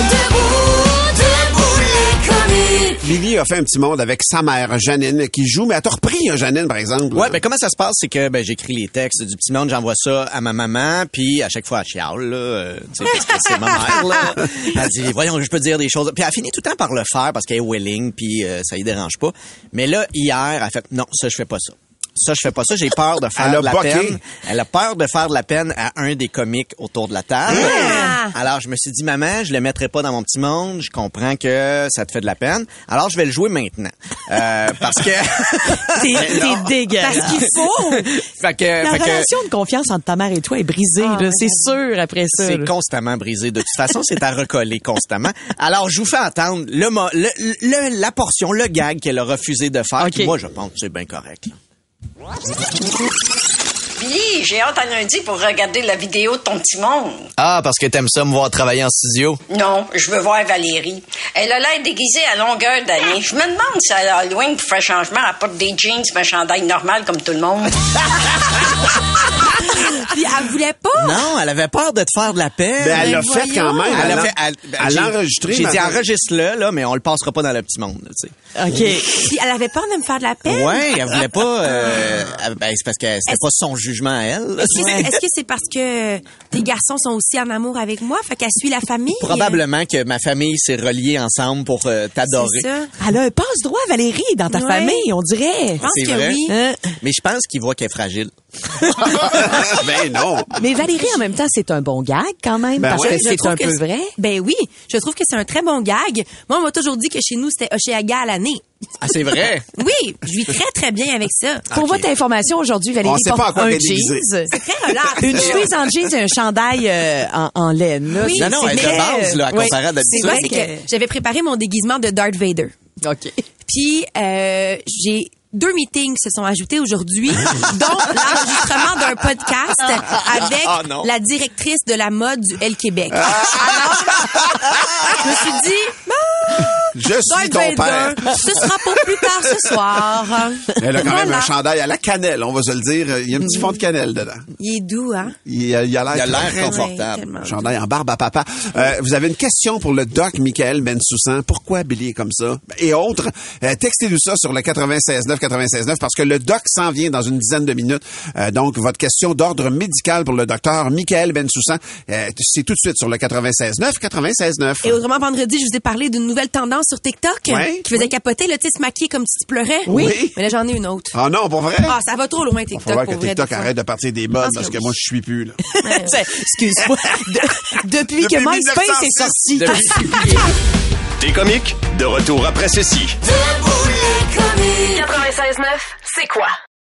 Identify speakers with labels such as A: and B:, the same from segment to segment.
A: debout, debout les comiques.
B: Lily a fait un petit monde avec sa mère, Janine, qui joue, mais elle t'a repris, hein, Janine, par exemple.
C: Ouais, ben comment ça se passe, c'est que ben j'écris les textes du petit monde, j'envoie ça à ma maman, puis à chaque fois elle chiale, là, euh, tu sais, parce que c'est ma mère, là. Elle dit, voyons, je peux dire des choses. Puis elle finit tout le temps par le faire parce qu'elle est willing, puis euh, ça y dérange pas. Mais là, hier, elle a fait, non, ça, je fais pas ça. Ça, je fais pas ça, j'ai peur de faire
B: Elle a
C: de la
B: boqué.
C: peine. Elle a peur de faire de la peine à un des comiques autour de la table.
D: Ah!
C: Alors, je me suis dit, maman, je le mettrai pas dans mon petit monde. Je comprends que ça te fait de la peine. Alors, je vais le jouer maintenant. Euh, parce que...
D: T'es t'es dégueulasse.
E: Parce qu'il faut.
C: fait que,
D: La
C: fait que
D: relation de confiance entre ta mère et toi est brisée,
E: Ah,
D: là,
E: ouais,
D: c'est sûr après ça.
C: c'est
D: là.
C: constamment brisé. De toute façon, c'est à recoller constamment. Alors, je vous fais entendre le, mo- le- le- la portion, le gag qu'elle a refusé de faire.
D: Ok.
C: qui, moi, je pense que c'est bien correct. là.
F: Billy, j'ai hâte à lundi pour regarder la vidéo de ton petit monde.
G: Ah, parce que t'aimes ça me voir travailler en studio.
F: Non, je veux voir Valérie. Elle a l'air déguisée à longueur d'année. Je me demande si elle a Halloween pour faire changement à porte des jeans, un chandail normal comme tout le monde.
E: Puis elle voulait pas.
C: Non, elle avait peur de te faire de la peine.
B: Ben, elle l'a
E: Ben,
B: fait quand
E: voyons.
B: même.
C: Elle a
B: l'a-
C: fait, elle- ben,
B: elle
C: j'ai-
B: l'a enregistré.
C: J'ai dit
B: Martin.
C: enregistre-le là, mais on le passera pas dans le petit monde. là, tu sais.
D: OK.
E: Puis elle avait peur de me faire de la peine.
C: Ouais, elle voulait pas. euh, elle- ben, c'est parce que c'était pas son jugement à elle. là,
E: Est-ce
C: tu sais.
E: que- Est-ce que c'est parce que tes garçons sont aussi en amour avec moi, fait qu'elle suit la famille?
C: Probablement que ma famille s'est reliée ensemble pour euh, t'adorer.
E: C'est ça.
D: Elle a un passe-droit, Valérie, dans ta
E: Ouais.
D: famille, on dirait.
E: Je pense
C: C'est
E: que
C: vrai?
E: oui.
D: Hein?
C: Mais je pense qu'il voit qu'elle est fragile.
B: ben non.
D: Mais Valérie, en même temps, c'est un bon gag quand même,
B: Ben
D: parce
B: ouais,
D: que
B: je
D: c'est
E: trouve
D: un
E: que
D: peu
E: c'est-
D: vrai.
E: Ben oui, je trouve que c'est un très bon gag. Moi, on m'a toujours dit que chez nous, c'était Oshéaga à l'année.
C: Ah, c'est vrai.
E: Oui, je vis très, très bien avec ça.
D: Qu'on voit ta information aujourd'hui, Valérie,
B: On sait
D: porte
B: pas à quoi
D: un
B: t'es déguisée.
D: jeans.
E: C'est très relax.
D: Une chemise en jeans et un chandail euh, en, en laine. Là.
E: Oui.
D: C'est-
C: Non, non,
D: c'est
C: elle est de
D: très,
C: base, là,
D: euh,
C: à
D: ouais.
C: comparer à
E: C'est
C: d'habitude.
E: vrai, c'est que j'avais préparé mon déguisement de Darth Vader.
D: OK.
E: Puis euh, j'ai deux meetings se sont ajoutés aujourd'hui, dont l'enregistrement d'un podcast avec
C: Ah, non.
E: la directrice de la mode du L Québec.
B: Ah.
E: Alors, je me suis dit, bah,
B: Je suis
E: Darth
B: ton père.
E: Vader, ce sera pour plus tard ce soir.
B: Elle a quand même
E: Voilà.
B: un chandail à la cannelle, on va se le dire. Il y a un petit fond de cannelle dedans.
E: Il est doux, hein?
B: Il a il a
C: Il a
B: l'air
C: l'air
B: très-
C: confortable.
E: tellement.
B: Chandail en barbe à papa. Euh, vous avez une question pour le doc Michael Bensoussan. Pourquoi Billy est comme ça? Et autres, euh, textez-nous ça sur le 96.9 96.9 parce que le doc s'en vient dans une dizaine de minutes. Euh, donc, votre question d'ordre médical pour le docteur Michael Bensoussan, euh, c'est tout de suite sur le 96.9 96.9.
E: Et autrement, vendredi, je vous ai parlé d'une nouvelle tendance sur TikTok
B: Ouais,
E: qui faisait
B: oui.
E: capoter, là, tu sais, se maquiller comme si tu pleurais.
B: Oui.
E: Mais là, j'en ai une autre.
B: Ah non, pour vrai?
E: Ah, ça va trop loin,
B: Il va
E: TikTok,
B: falloir que
E: pour vrai.
B: TikTok
E: des fois.
B: arrête de partir des modes
E: pense
B: parce que
E: que
B: moi, je suis plus, là.
D: C'est- Excuse-moi. De- depuis, que
B: Depuis
D: MySpace est
B: 1906.
D: sorti.
H: Des comiques, de retour après ceci.
I: 96.9, c'est quoi?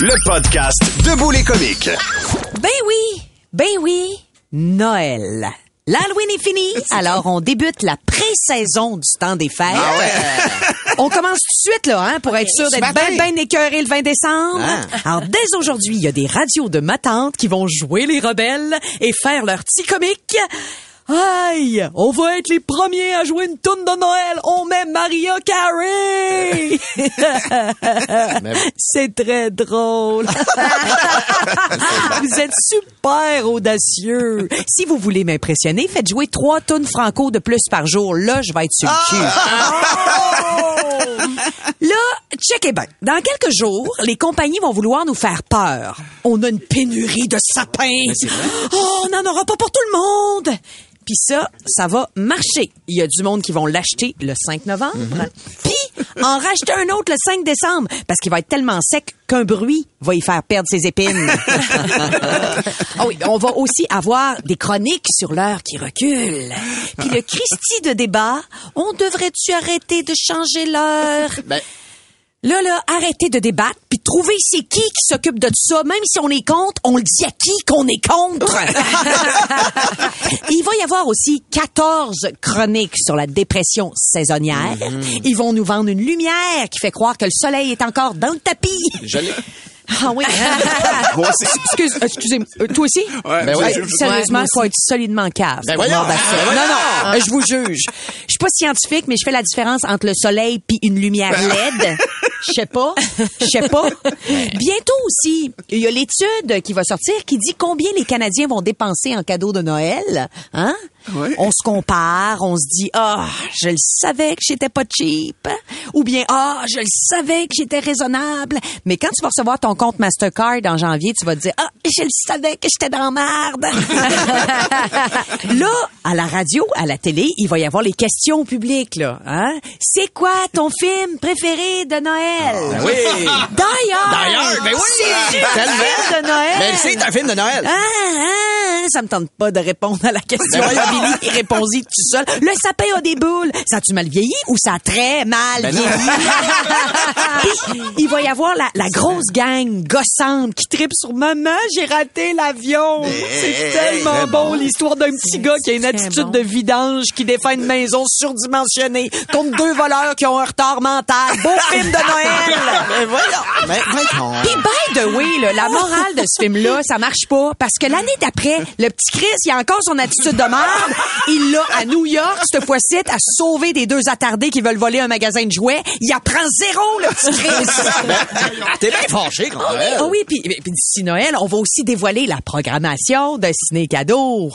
J: Le podcast Debout les comiques.
E: Ben oui, ben oui.
D: Noël. L'Halloween est fini, alors on débute la pré-saison du temps des fêtes. Euh, on commence tout de suite là, hein, pour être sûr d'être bien ben écœuré le 20 décembre. Alors dès aujourd'hui, il y a des radios de ma tante qui vont jouer les rebelles et faire leur petit comique. Aïe, on va être les premiers à jouer une tourne de Noël. On met Maria Carey. C'est très drôle. vous êtes super audacieux. Si vous voulez m'impressionner, faites jouer trois tonnes franco de plus par jour. Là, je vais être sur le cul. Là, check et bien. Dans quelques jours, les compagnies vont vouloir nous faire peur. On a une pénurie de sapins. Oh, on n'en aura pas pour tout le monde. Puis ça, ça va marcher. Il y a du monde qui vont l'acheter le 5 novembre. Puis en racheter un autre le 5 décembre parce qu'il va être tellement sec qu'un bruit va y faire perdre ses épines. Ah oui, on va aussi avoir des chroniques sur l'heure qui recule. Puis le Christie de débat, on devrait-tu arrêter de changer l'heure?
C: Ben,
D: Là, là, arrêtez de débattre, puis trouvez c'est qui qui s'occupe de ça. Même si on est contre, on le dit à qui qu'on est contre. Il va y avoir aussi 14 chroniques sur la dépression saisonnière. Ils vont nous vendre une lumière qui fait croire que le soleil est encore dans le tapis. Ah oui.
B: Moi aussi.
D: Excuse, excusez toi aussi?
B: Ouais, ben
D: Euh,
B: oui.
D: Sérieusement,
B: Ouais,
D: faut être solidement cave.
B: Ben
D: pour
B: voyons.
D: mordre à ça.
B: Ben
D: non,
B: voyons.
D: non, euh, je vous juge. Je suis pas scientifique, mais je fais la différence entre le soleil puis une lumière
B: Ben.
D: LED. Je sais pas. Je sais pas. Bientôt aussi, il y a l'étude qui va sortir qui dit combien les Canadiens vont dépenser en cadeau de Noël. Hein? On se compare, on se dit ah, je le savais que j'étais pas cheap, ou bien ah, je le savais que j'étais raisonnable. Mais quand tu vas recevoir ton compte Mastercard en janvier, tu vas te dire ah, je le savais que j'étais dans la merde. là, à la radio, à la télé, il va y avoir les questions publiques là, hein? C'est quoi ton film préféré de Noël
C: Ah, ben oui.
D: D'ailleurs.
C: D'ailleurs, ben oui.
D: C'est juste
C: Tellement.
D: un film de Noël.
C: Ben, c'est un film de Noël.
D: Ah, ah, ça me tente pas de répondre à la question.
C: Ben voyons.
D: Billy, il répondit tout seul. Le sapin a des boules. Ça a-tu mal vieilli ou ça a très mal
C: Ben non.
D: vieilli? Puis, il va y avoir la, la grosse gang gossante qui tripe sur maman, j'ai raté l'avion.
C: Ben,
D: C'est tellement
C: très
D: bon, l'histoire d'un petit gars qui a une attitude de vidange qui défend une maison surdimensionnée contre deux voleurs qui ont un retard mental. Beau film de Noël!
C: Ben voyons. Ben, voyons.
D: Puis by the way, là, la morale de ce film-là, ça marche pas parce que l'année d'après, le petit Chris, il a encore son attitude de merde. Il l'a à New York, cette fois-ci, à sauver des deux attardés qui veulent voler un magasin de jouets. Il apprend zéro, le petit Chris.
C: T'es bien fâché quand
D: Ah oui,
C: même.
D: ah oui, puis puis d'ici Noël, on va aussi dévoiler la programmation de Ciné Cadeau.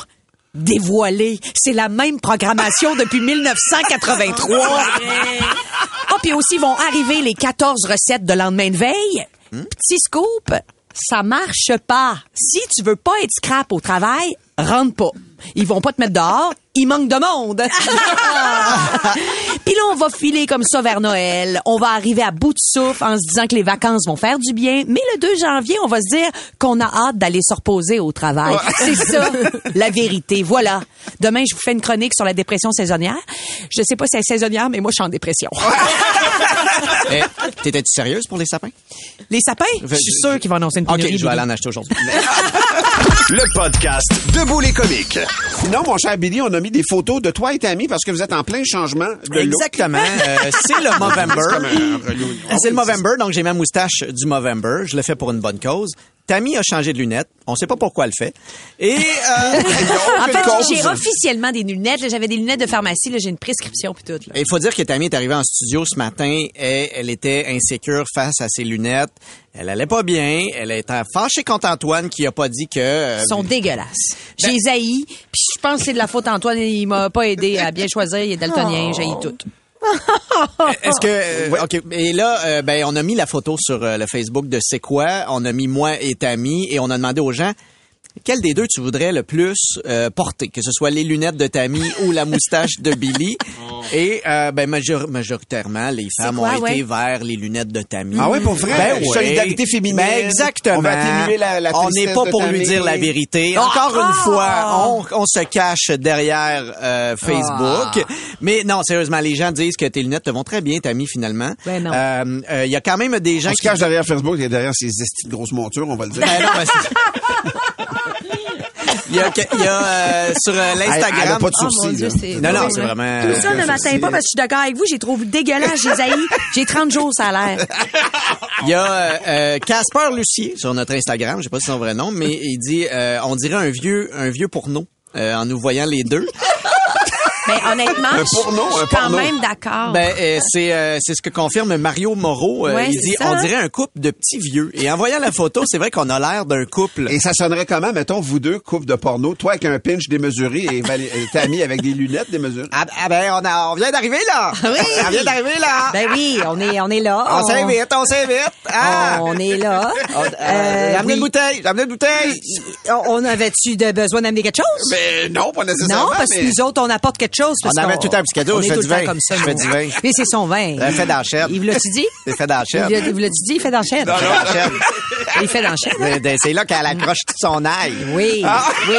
D: Dévoiler, c'est la même programmation depuis 1983. Ah, puis aussi vont arriver les 14 recettes de lendemain de veille. Petit scoop, ça marche pas. Si tu veux pas être scrap au travail, rentre pas. Ils vont pas te mettre dehors, il manque de monde. Puis là, on va filer comme ça vers Noël. On va arriver à bout de souffle en se disant que les vacances vont faire du bien. Mais le 2 janvier, on va se dire qu'on a hâte d'aller se reposer au travail. C'est ça, la vérité. Voilà. Demain, je vous fais une chronique sur la dépression saisonnière. Je sais pas si elle est saisonnière, mais moi, je suis en dépression.
C: Eh, T'étais-tu sérieuse pour les sapins?
D: Les sapins? Je suis sûr qu'ils vont annoncer une
C: OK,
D: pénurie.
C: je vais aller
D: Billy.
C: en acheter aujourd'hui.
B: Le podcast Debout les comiques. Non, mon cher Billy, on a mis des photos de toi et ta amie parce que vous êtes en plein changement de look.
C: Exactement. Euh, c'est
B: C'est
C: le
B: comme un
C: Movember. Ah,
B: relouille.
C: C'est le Movember, donc j'ai ma moustache du Movember. Je le fais pour une bonne cause. Tammy a changé de lunettes. On sait pas pourquoi elle le fait. Et euh,
D: En fait,
C: cause.
D: j'ai officiellement des lunettes. là. J'avais des lunettes de pharmacie. là. J'ai une prescription puis tout. là.
C: Il faut dire que Tammy est arrivée en studio ce matin et elle était insécure face à ses lunettes. Elle allait pas bien. Elle était fâchée contre Antoine qui a pas dit que... euh,
D: Ils sont dégueulasses. J'ai les haïs, puis je pense que c'est de la faute Antoine. Il m'a pas aidé à bien choisir. Il est daltonien, j'ai tout.
C: Est-ce que euh, ok et là euh, ben on a mis la photo sur euh, le Facebook de c'est quoi on a mis moi et Tammy et on a demandé aux gens quel des deux tu voudrais le plus euh, porter que ce soit les lunettes de Tammy ou la moustache de Billy et euh, ben major- majoritairement les femmes
D: quoi,
C: ont
D: ouais?
C: été vers les lunettes de Tammy
B: Ah ouais, pour vrai?
C: Ben ouais.
B: Solidarité féminine.
C: Ben exactement
B: On va atténuer la- la
C: on
B: tristesse
C: n'est pas
B: de
C: pour
B: Tammy.
C: lui dire la vérité
B: Ah!
C: encore une
B: Ah!
C: fois on on, on se cache derrière euh,
E: Ah.
C: Facebook. Mais non, sérieusement, les gens disent que tes lunettes te vont très bien, Tammy, finalement.
D: Ben non.
C: Euh, euh, Il y a quand même des gens
B: On se
C: qui...
B: cache derrière Facebook et derrière ces estis de grosses montures, on va le dire.
C: Ben non, ben c'est- Il y a, que- il y a, euh, sur euh, l'Instagram...
B: Elle- elle a pas de
D: Oh, mon
B: sourcils,
D: Dieu,
B: là.
D: c'est- hein.
C: Non, non, c'est vraiment...
D: Tout ça ne m'atteint pas parce que je suis d'accord avec vous. J'ai trouvé dégueulasse, j'ai haïs. J'ai 30 jours, ça a l'air.
C: Il y a euh, euh, Casper Lucier sur notre Instagram, je sais pas si c'est son vrai nom, mais il dit euh, on dirait un vieux un vieux porno. euh, en nous voyant les deux.
E: Mais honnêtement,
C: Un
E: je-
C: porno,
E: je
C: un
E: suis quand
C: porno.
E: même d'accord.
C: Ben, euh, c'est euh, c'est ce que confirme Mario Moreau. Euh,
E: Ah. Ouais,
C: il
E: c'est
C: dit
E: ça,
C: on
E: hein?
C: dirait un couple de petits vieux. Et en voyant la photo, c'est vrai qu'on a l'air d'un
E: hein.
C: couple.
B: Et ça sonnerait comment, mettons, vous deux, couple de porno, toi avec un pinch démesuré et Valé- euh, Tammy avec des lunettes démesurées?
C: Ah, ah ben, on, a- on vient d'arriver là. Ah, On vient d'arriver là.
D: Ah Ben oui, on est, on est là.
C: On s'invite, on s'invite. Ah.
D: On est là.
C: On- euh, j'ai amené
D: oui. Euh,
C: une bouteille, j'ai amené une bouteille.
D: On- On avait-tu de besoin d'amener quelque chose?
B: Mais non, pas nécessairement,
D: Non, parce que
B: mais-
D: nous autres, on apporte quelque chose. parce
C: On amène
D: qu'on-
C: tout le temps un petit cadeau,
D: on
C: je
D: est
C: fais
D: tout
C: du
D: le temps
C: vin.
D: comme ça,
C: Je
D: nous.
C: fais du vin.
D: Mais c'est son vin.
C: Un fait d'enchette.
D: Il vous l'a-tu dit?
C: C'est fait
D: Il
C: d'enchette.
D: l'a- il vous l'a-tu dit? Il fait d'enchaîne.
C: D'enchette.
D: Il fait d'enchaîne.
C: Ben, ben, C'est là qu'elle accroche tout son ail.
D: Oui, oui.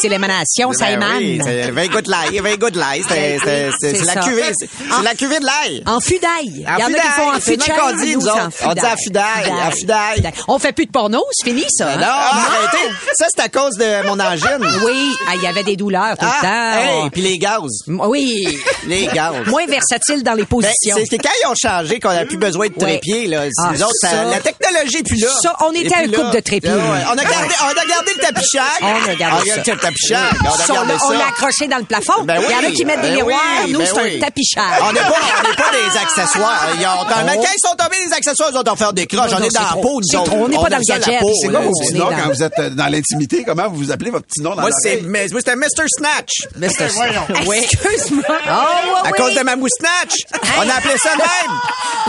D: C'est l'émanation, ça
C: Ah! Ben
D: émane.
C: oui, c'est 20 gouttes de l'ail, 20 gouttes de l'ail. C'est- C'est c'est-
D: Ben C'est
C: c'est la
D: ça. Ah,
C: cuvée, c'est c'est la cuvée de l'ail.
D: En fudaille. Il y en
C: En
D: a qui
C: fudaille,
D: font en
C: c'est
D: fudaille.
C: même qu'on dit, nous autres. On dit en fudaille, en fudaille.
D: On fait plus de porno, c'est fini, ça. hein?
C: Non, Ah, arrêtez. Ça, c'est à cause de mon angine.
D: Oui, ah, il y avait des douleurs tout
C: Ah,
D: le temps.
C: hey, puis les gaz.
D: M- Oui.
C: Les gaz.
D: Moins versatile dans les
C: Ben,
D: positions.
C: c'est c'est quand ils ont changé qu'on n'a plus besoin de trépied. Là. C'est
D: Mm. Ah,
C: nous autres, ça-
D: ça.
C: la technologie est plus là.
D: Ça, on
C: Et
D: était
C: puis
D: un
C: là, Ben
D: couple de trépieds. Ah.
C: ouais, ouais. On a gardé, on a gardé le tapis chag.
D: On a gardé
C: On a
D: ça.
C: le tapis chag. On a
D: Ça, on
C: gardé
D: l'a- on
C: ça.
D: l'a accroché dans le plafond.
C: Ben oui,
D: il y en a qui mettent des
C: ben
D: miroirs.
C: oui,
D: Nous,
C: ben
D: c'est
C: oui.
D: un tapichage. Ah.
C: On n'est pas, on n'est pas des accessoires. Ils ont, quand, quand ils sont tombés des accessoires, ils ont faire des croches.
D: Non,
C: on
D: non,
C: est dans
D: c'est
C: la
D: trop.
C: peau, nous
D: C'est
C: autres.
D: trop, on n'est pas
C: aime
D: dans le
C: ça, la
D: gadget,
C: peau,
B: C'est
D: Oui,
B: quoi
C: là.
B: vos
D: on
B: petits
D: est
B: noms
D: dans-
B: quand vous êtes euh, dans l'intimité? Comment vous vous appelez votre petit nom dans
C: Moi, c'est,
B: l'oreille?
C: mais- moi, c'était Mr. Snatch. Mr. Snatch. Oui.
D: Excuse-moi.
C: Ah, à cause de ma moustache.
D: Hein?
C: On a appelé ça de même.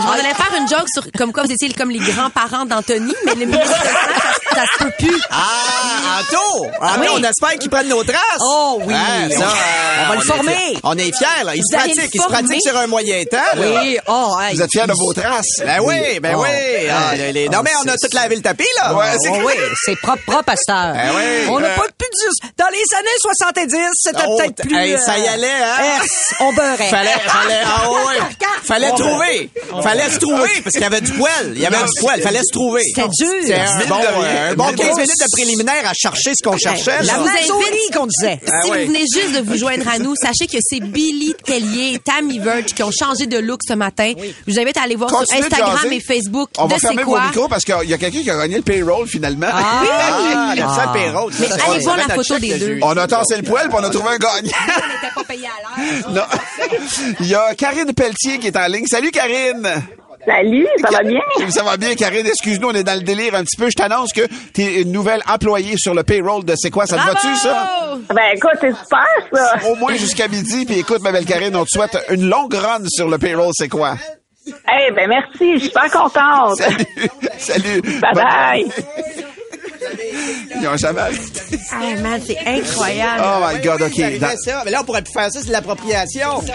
E: On allait faire une joke sur comme quoi vous étiez comme les grands-parents d'Anthony, mais le ministre, ça, ça se peut plus.
C: Ah, Anto! Anto,
D: Oui.
C: on espère qu'ils prennent nos traces.
D: Oh, oui.
C: Ah, ça,
D: On-
C: euh,
D: on va le
C: est
D: former.
C: fiers. On est fiers, là. Ils se
D: Vous allez le
C: pratiquent. Ils se pratiquent
D: former.
C: sur un moyen temps, là.
D: Oui, oh, hey.
B: Vous êtes fiers de vos traces?
C: Ben oui, ben
D: Oh.
C: oui. Ah, Oh les- les- non, mais on a toute lavé le tapis, là.
D: Ah,
C: c'est
D: oui, c'est propre, propre à cette heure.
C: Eh oui,
D: on n'a
C: euh,
D: pas plus de juste. Dans les années 70, c'était
C: Oh,
D: peut-être plus.
C: hey, ça y
D: euh,
C: allait, hein?
D: Herse, on beurrait.
C: Fallait, fallait, ah ouais. Fallait
D: Oh,
C: trouver. Fallait se trourouver, parce qu'il y avait du poil. Il y avait du poil. Fallait se trouver.
D: C'était dur.
C: C'est un
D: Mine
C: bon,
B: de rien.
C: euh, un bon
B: Mine de
C: 15
B: rien.
C: minutes de préliminaire à chercher ce qu'on cherchait,
D: La
C: là.
D: mazolie qu'on disait.
C: Ah
E: si
C: ouais.
E: vous venez juste de vous joindre à nous, sachez que c'est Billy Tellier et Tammy Verge qui ont changé de look ce matin. Je vous invite à aller voir
B: Continuez
E: sur
B: de
E: Instagram
B: jaser.
E: et Facebook
B: On
E: de
B: va
E: c'est
B: fermer
E: quoi.
B: vos micros parce qu'il y a quelqu'un qui a gagné le payroll finalement.
C: Ah, le sale Perrault.
E: Mais
C: Ça,
E: allez
C: on avait
E: voir la
C: notre
E: photo
C: chèque
E: des
C: de
E: deux.
C: jeu.
B: On a tassé le poil puis on a trouvé un gagnant.
E: On n'était pas payé à l'heure.
B: Non. Il y a Karine Pelletier qui est en ligne. Salut Karine!
K: Salut, ça va bien?
B: Ça va bien, Karine. Excuse-nous, on est dans le délire un petit peu. Je t'annonce que tu es une nouvelle employée sur le payroll de C'est quoi? Ça te va-tu, ça?
E: Oh!
K: Ben écoute, c'est super ça.
B: Au moins jusqu'à midi. Puis écoute, ma belle Karine, on te souhaite une longue run sur le payroll C'est quoi?
K: Eh ben merci, je suis pas contente.
B: Salut! Salut!
K: Bye bye.
B: Ils ont jamais arrêté.
E: Hey, man, c'est incroyable.
B: Oh
L: Ah,
B: my God,
C: Ben Oui, il
B: OK. Dans-
C: arrivait ça. Mais là, on pourrait plus faire ça, c'est de l'appropriation. Ben,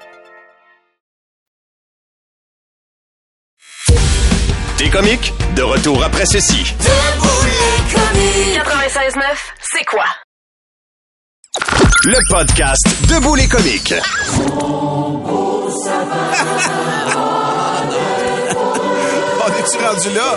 M: T'es comique? De retour après ceci.
A: 96.9, c'est quoi?
M: Le podcast Debout les comiques.
B: On est-tu rendu là?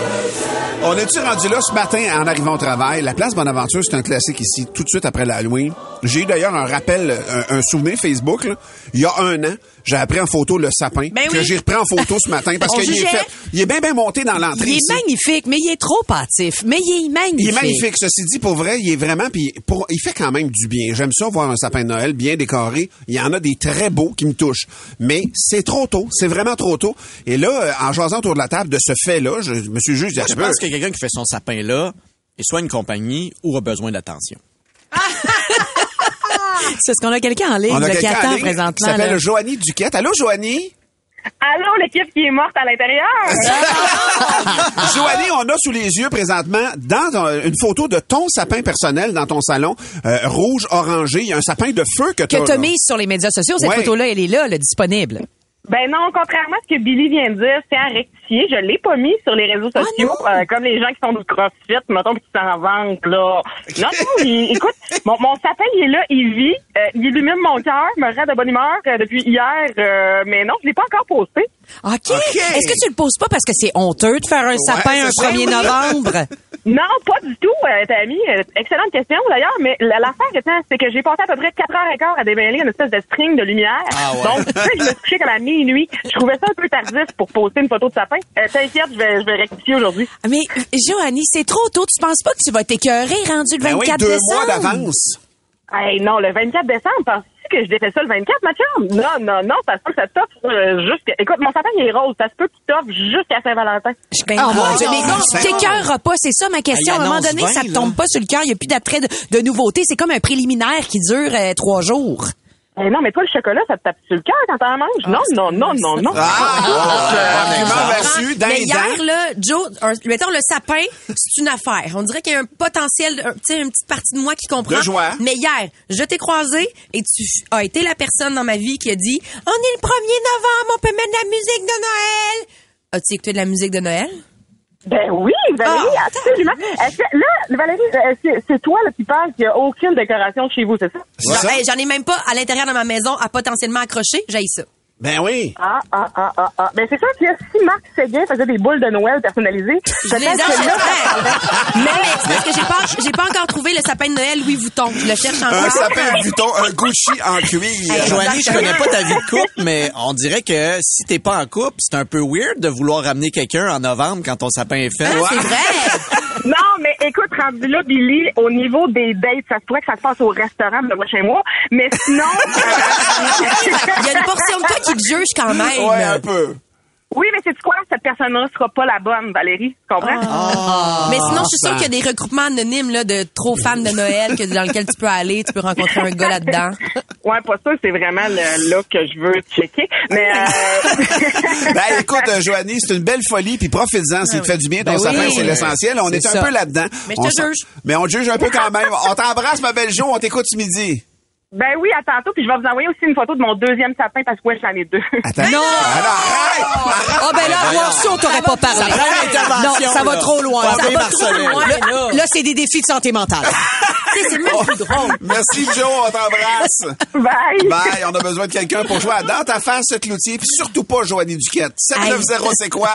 B: On est-tu rendu là ce matin en arrivant au travail? La place Bonaventure, c'est un classique ici, tout de suite après l'Halloween. J'ai eu d'ailleurs un rappel, un, un souvenir Facebook, là. il y a un an. J'ai appris en photo le sapin
D: Ben
B: que
D: oui.
B: j'ai repris en photo ce matin parce
D: On
B: qu'il est
D: jugeait.
B: fait. Il est bien bien monté dans l'entrée.
D: Il est
B: ici.
D: magnifique, mais il est trop hâtif. Mais il est magnifique.
B: Il est magnifique. Ceci dit, pour vrai, il est vraiment, puis pour, il fait quand même du bien. J'aime ça voir un sapin de Noël bien décoré. Il y en a des très beaux qui me touchent. Mais c'est trop tôt. C'est vraiment trop tôt. Et là, euh, en jasant autour de la table de ce fait-là, je me suis juste dit, ah,
C: Je pense que quelqu'un qui fait son sapin là est soit une compagnie ou a besoin d'attention.
D: C'est ce qu'on a quelqu'un en ligne
B: on a
D: là, qui
B: quelqu'un en
D: attend
B: ligne qui
D: présentement.
B: s'appelle
D: là.
B: Joanie Duquette. Allô, Joanie?
K: Allô l'équipe qui est morte à l'intérieur.
B: Joanie, on a sous les yeux présentement dans ton- une photo de ton sapin personnel dans ton salon, euh, rouge orangé. Il y a un sapin de feu que tu
D: Que t'as mise sur les médias sociaux, cette
B: Ouais.
D: photo-là, elle est là, là, disponible.
K: Ben non, contrairement à ce que Billy vient de dire, c'est à rectifier. Je l'ai pas mis sur les réseaux
C: Ah,
K: sociaux, euh, comme les gens qui font du crossfit, mettons, puis qui s'en vantent, là. Non, non, il- écoute, mon, mon sapin, il est là, il vit, euh, il illumine mon cœur, me rend de bonne humeur euh, depuis hier, euh, mais non, je l'ai pas encore posté.
C: OK. Est-ce que tu le poses pas parce que c'est honteux de faire un sapin un
K: c'est ça.
C: 1er novembre?
K: Non, pas du tout, euh, Tammy. Euh, Excellente question, d'ailleurs, mais la- l'affaire étant, c'est que j'ai passé à peu près 4 heures et quart à démêler une espèce de string de lumière.
N: Ah ouais.
K: Donc, tu sais, je me suis couchée comme à minuit. Je trouvais ça un peu tardif pour poster une photo de sapin. Euh, T'inquiète, je vais, je vais rectifier aujourd'hui.
C: Mais, Joanie, c'est trop tôt. Tu penses pas que tu vas t'écœurer rendu le 24
K: Ben oui, deux
C: décembre?
K: mois d'avance. Hey, non, le 24 décembre, penses-tu que je défais ça le 24, ma chum? Non, non, non, ça se peut que ça toffe euh, jusqu'à... Écoute, mon sapin, il est rose. Ça se peut qu'il toffe jusqu'à Saint-Valentin.
C: Ben, oh, mon Dieu, mais non, tu t'écœureras pas, c'est ça ma question.
K: Ah,
C: À
K: il
C: un moment
K: annonce
C: donné,
K: vingt,
C: ça te tombe
K: là.
C: pas sur le cœur, il n'y a plus d'attrait de, de nouveauté. C'est comme un préliminaire qui dure euh, trois jours.
K: Eh non, mais toi, le chocolat, ça te tape sur le cœur quand t'en manges. non,
D: Ah,
K: non, non, non,
C: Ah,
K: non.
L: Ah,
D: Mais hier, là, Joe, un- mettons, le sapin, c'est une affaire. On dirait qu'il y a un potentiel, un- tu sais, une petite partie de moi qui comprend.
N: De joie.
D: Mais hier, je t'ai croisé et tu as été la personne dans ma vie qui a dit « On est le 1er novembre, on peut mettre de la musique de Noël! » As-tu écouté de la musique de Noël?
K: Ben oui, Valérie,
D: Ah,
K: absolument. Est-ce que- là, Valérie, euh, c'est- c'est toi là, qui parles qu'il n'y a aucune décoration chez vous, c'est ça?
D: Non, hey, J'en ai même pas à l'intérieur de ma maison à potentiellement accrocher. J'ai ça.
B: Ben oui.
K: Ah, ah, ah, ah, ah. Ben c'est sûr que si Marc Séguin faisait des boules de Noël personnalisées,
D: Je les
K: peut-être que là,
D: enregistrais. Non, mais c'est parce que j'ai pas, j'ai pas encore trouvé le sapin de Noël Louis Vuitton. Je le cherche encore.
L: Un sapin
D: Louis
L: Louis
D: Vuitton.
L: Vuitton.
B: un Gucci en cuir.
L: Joanie, je connais pas ta vie de
C: ah,
L: couple, mais on dirait que si t'es pas en couple, c'est un peu weird de vouloir ramener quelqu'un en novembre quand ton sapin est fait.
D: Hein,
C: Ah,
L: Ouais.
K: Non, mais écoute, rendu là, Billy, au niveau des dates, ça se pourrait que ça se passe au restaurant le prochain mois, mais sinon... euh,
D: Il y a une portion de toi qui te juge quand même. Ouais, un
B: peu.
K: Oui, mais c'est quoi? Cette personne-là sera pas la bonne, Valérie. Tu comprends?
D: Ah. Mais sinon, je suis sûre qu'il y a des regroupements anonymes là, de trop fans de Noël que, dans lesquels tu peux aller, tu peux rencontrer un gars là-dedans.
K: Ouais, pas ça, c'est vraiment le look que je veux checker. Mais euh,
B: Ben, écoute, euh, Joanie, c'est une belle folie, puis profites-en s'il te fait du bien, ton
K: Ben oui.
B: sapin, c'est l'essentiel. On
K: C'est
B: est,
K: ça.
B: un peu là-dedans.
K: Mais je
B: On
K: te
B: s'en-
K: juge.
B: Mais on te juge un peu quand même. On t'embrasse, ma belle Jo, on t'écoute ce midi.
K: ben oui, à tantôt, puis je vais vous envoyer aussi une photo de mon deuxième sapin parce que ouais, j'en ai deux.
B: non!
K: Oh!
C: Ah ben là, moi aussi, on t'aurait pas parlé.
K: Ça prend une intervention,
C: Non, ça va
K: là.
C: trop loin.
K: Pas
C: Ça
K: bien
C: va trop
K: Marcelin.
C: loin. Là, là, c'est des défis de santé mentale.
D: c'est même plus drôle.
B: Merci, Joe, on t'embrasse.
K: Bye.
B: Bye, on a besoin de quelqu'un pour jouer à Dans ta face, ce cloutier, puis surtout pas Joanie Duquette. 790, c'est quoi?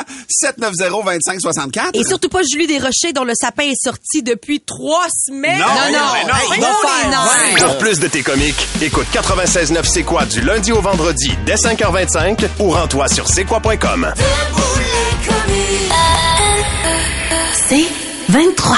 B: 790-2564.
D: Et surtout pas Julie Desrochers dont le sapin est sorti depuis trois semaines.
H: Non, non,
D: non.
H: non,
D: Hey,
H: non.
D: non, les nains.
H: Pour plus de tes comiques, écoute 96.9 C'est quoi du lundi au vendredi dès 5h25 ou rends-toi sur c'est quoi.com.
N: C'est 23.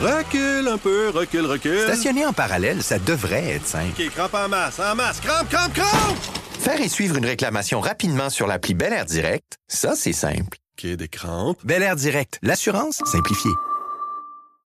O: Recule un peu, recule, recule.
J: Stationner en parallèle, ça devrait être simple.
O: OK, crampe en masse, en masse, crampe, crampe, crampe!
J: Faire et suivre une réclamation rapidement sur l'appli Bel Air Direct, ça, c'est simple. OK, des crampes. Bel Air Direct, l'assurance simplifiée.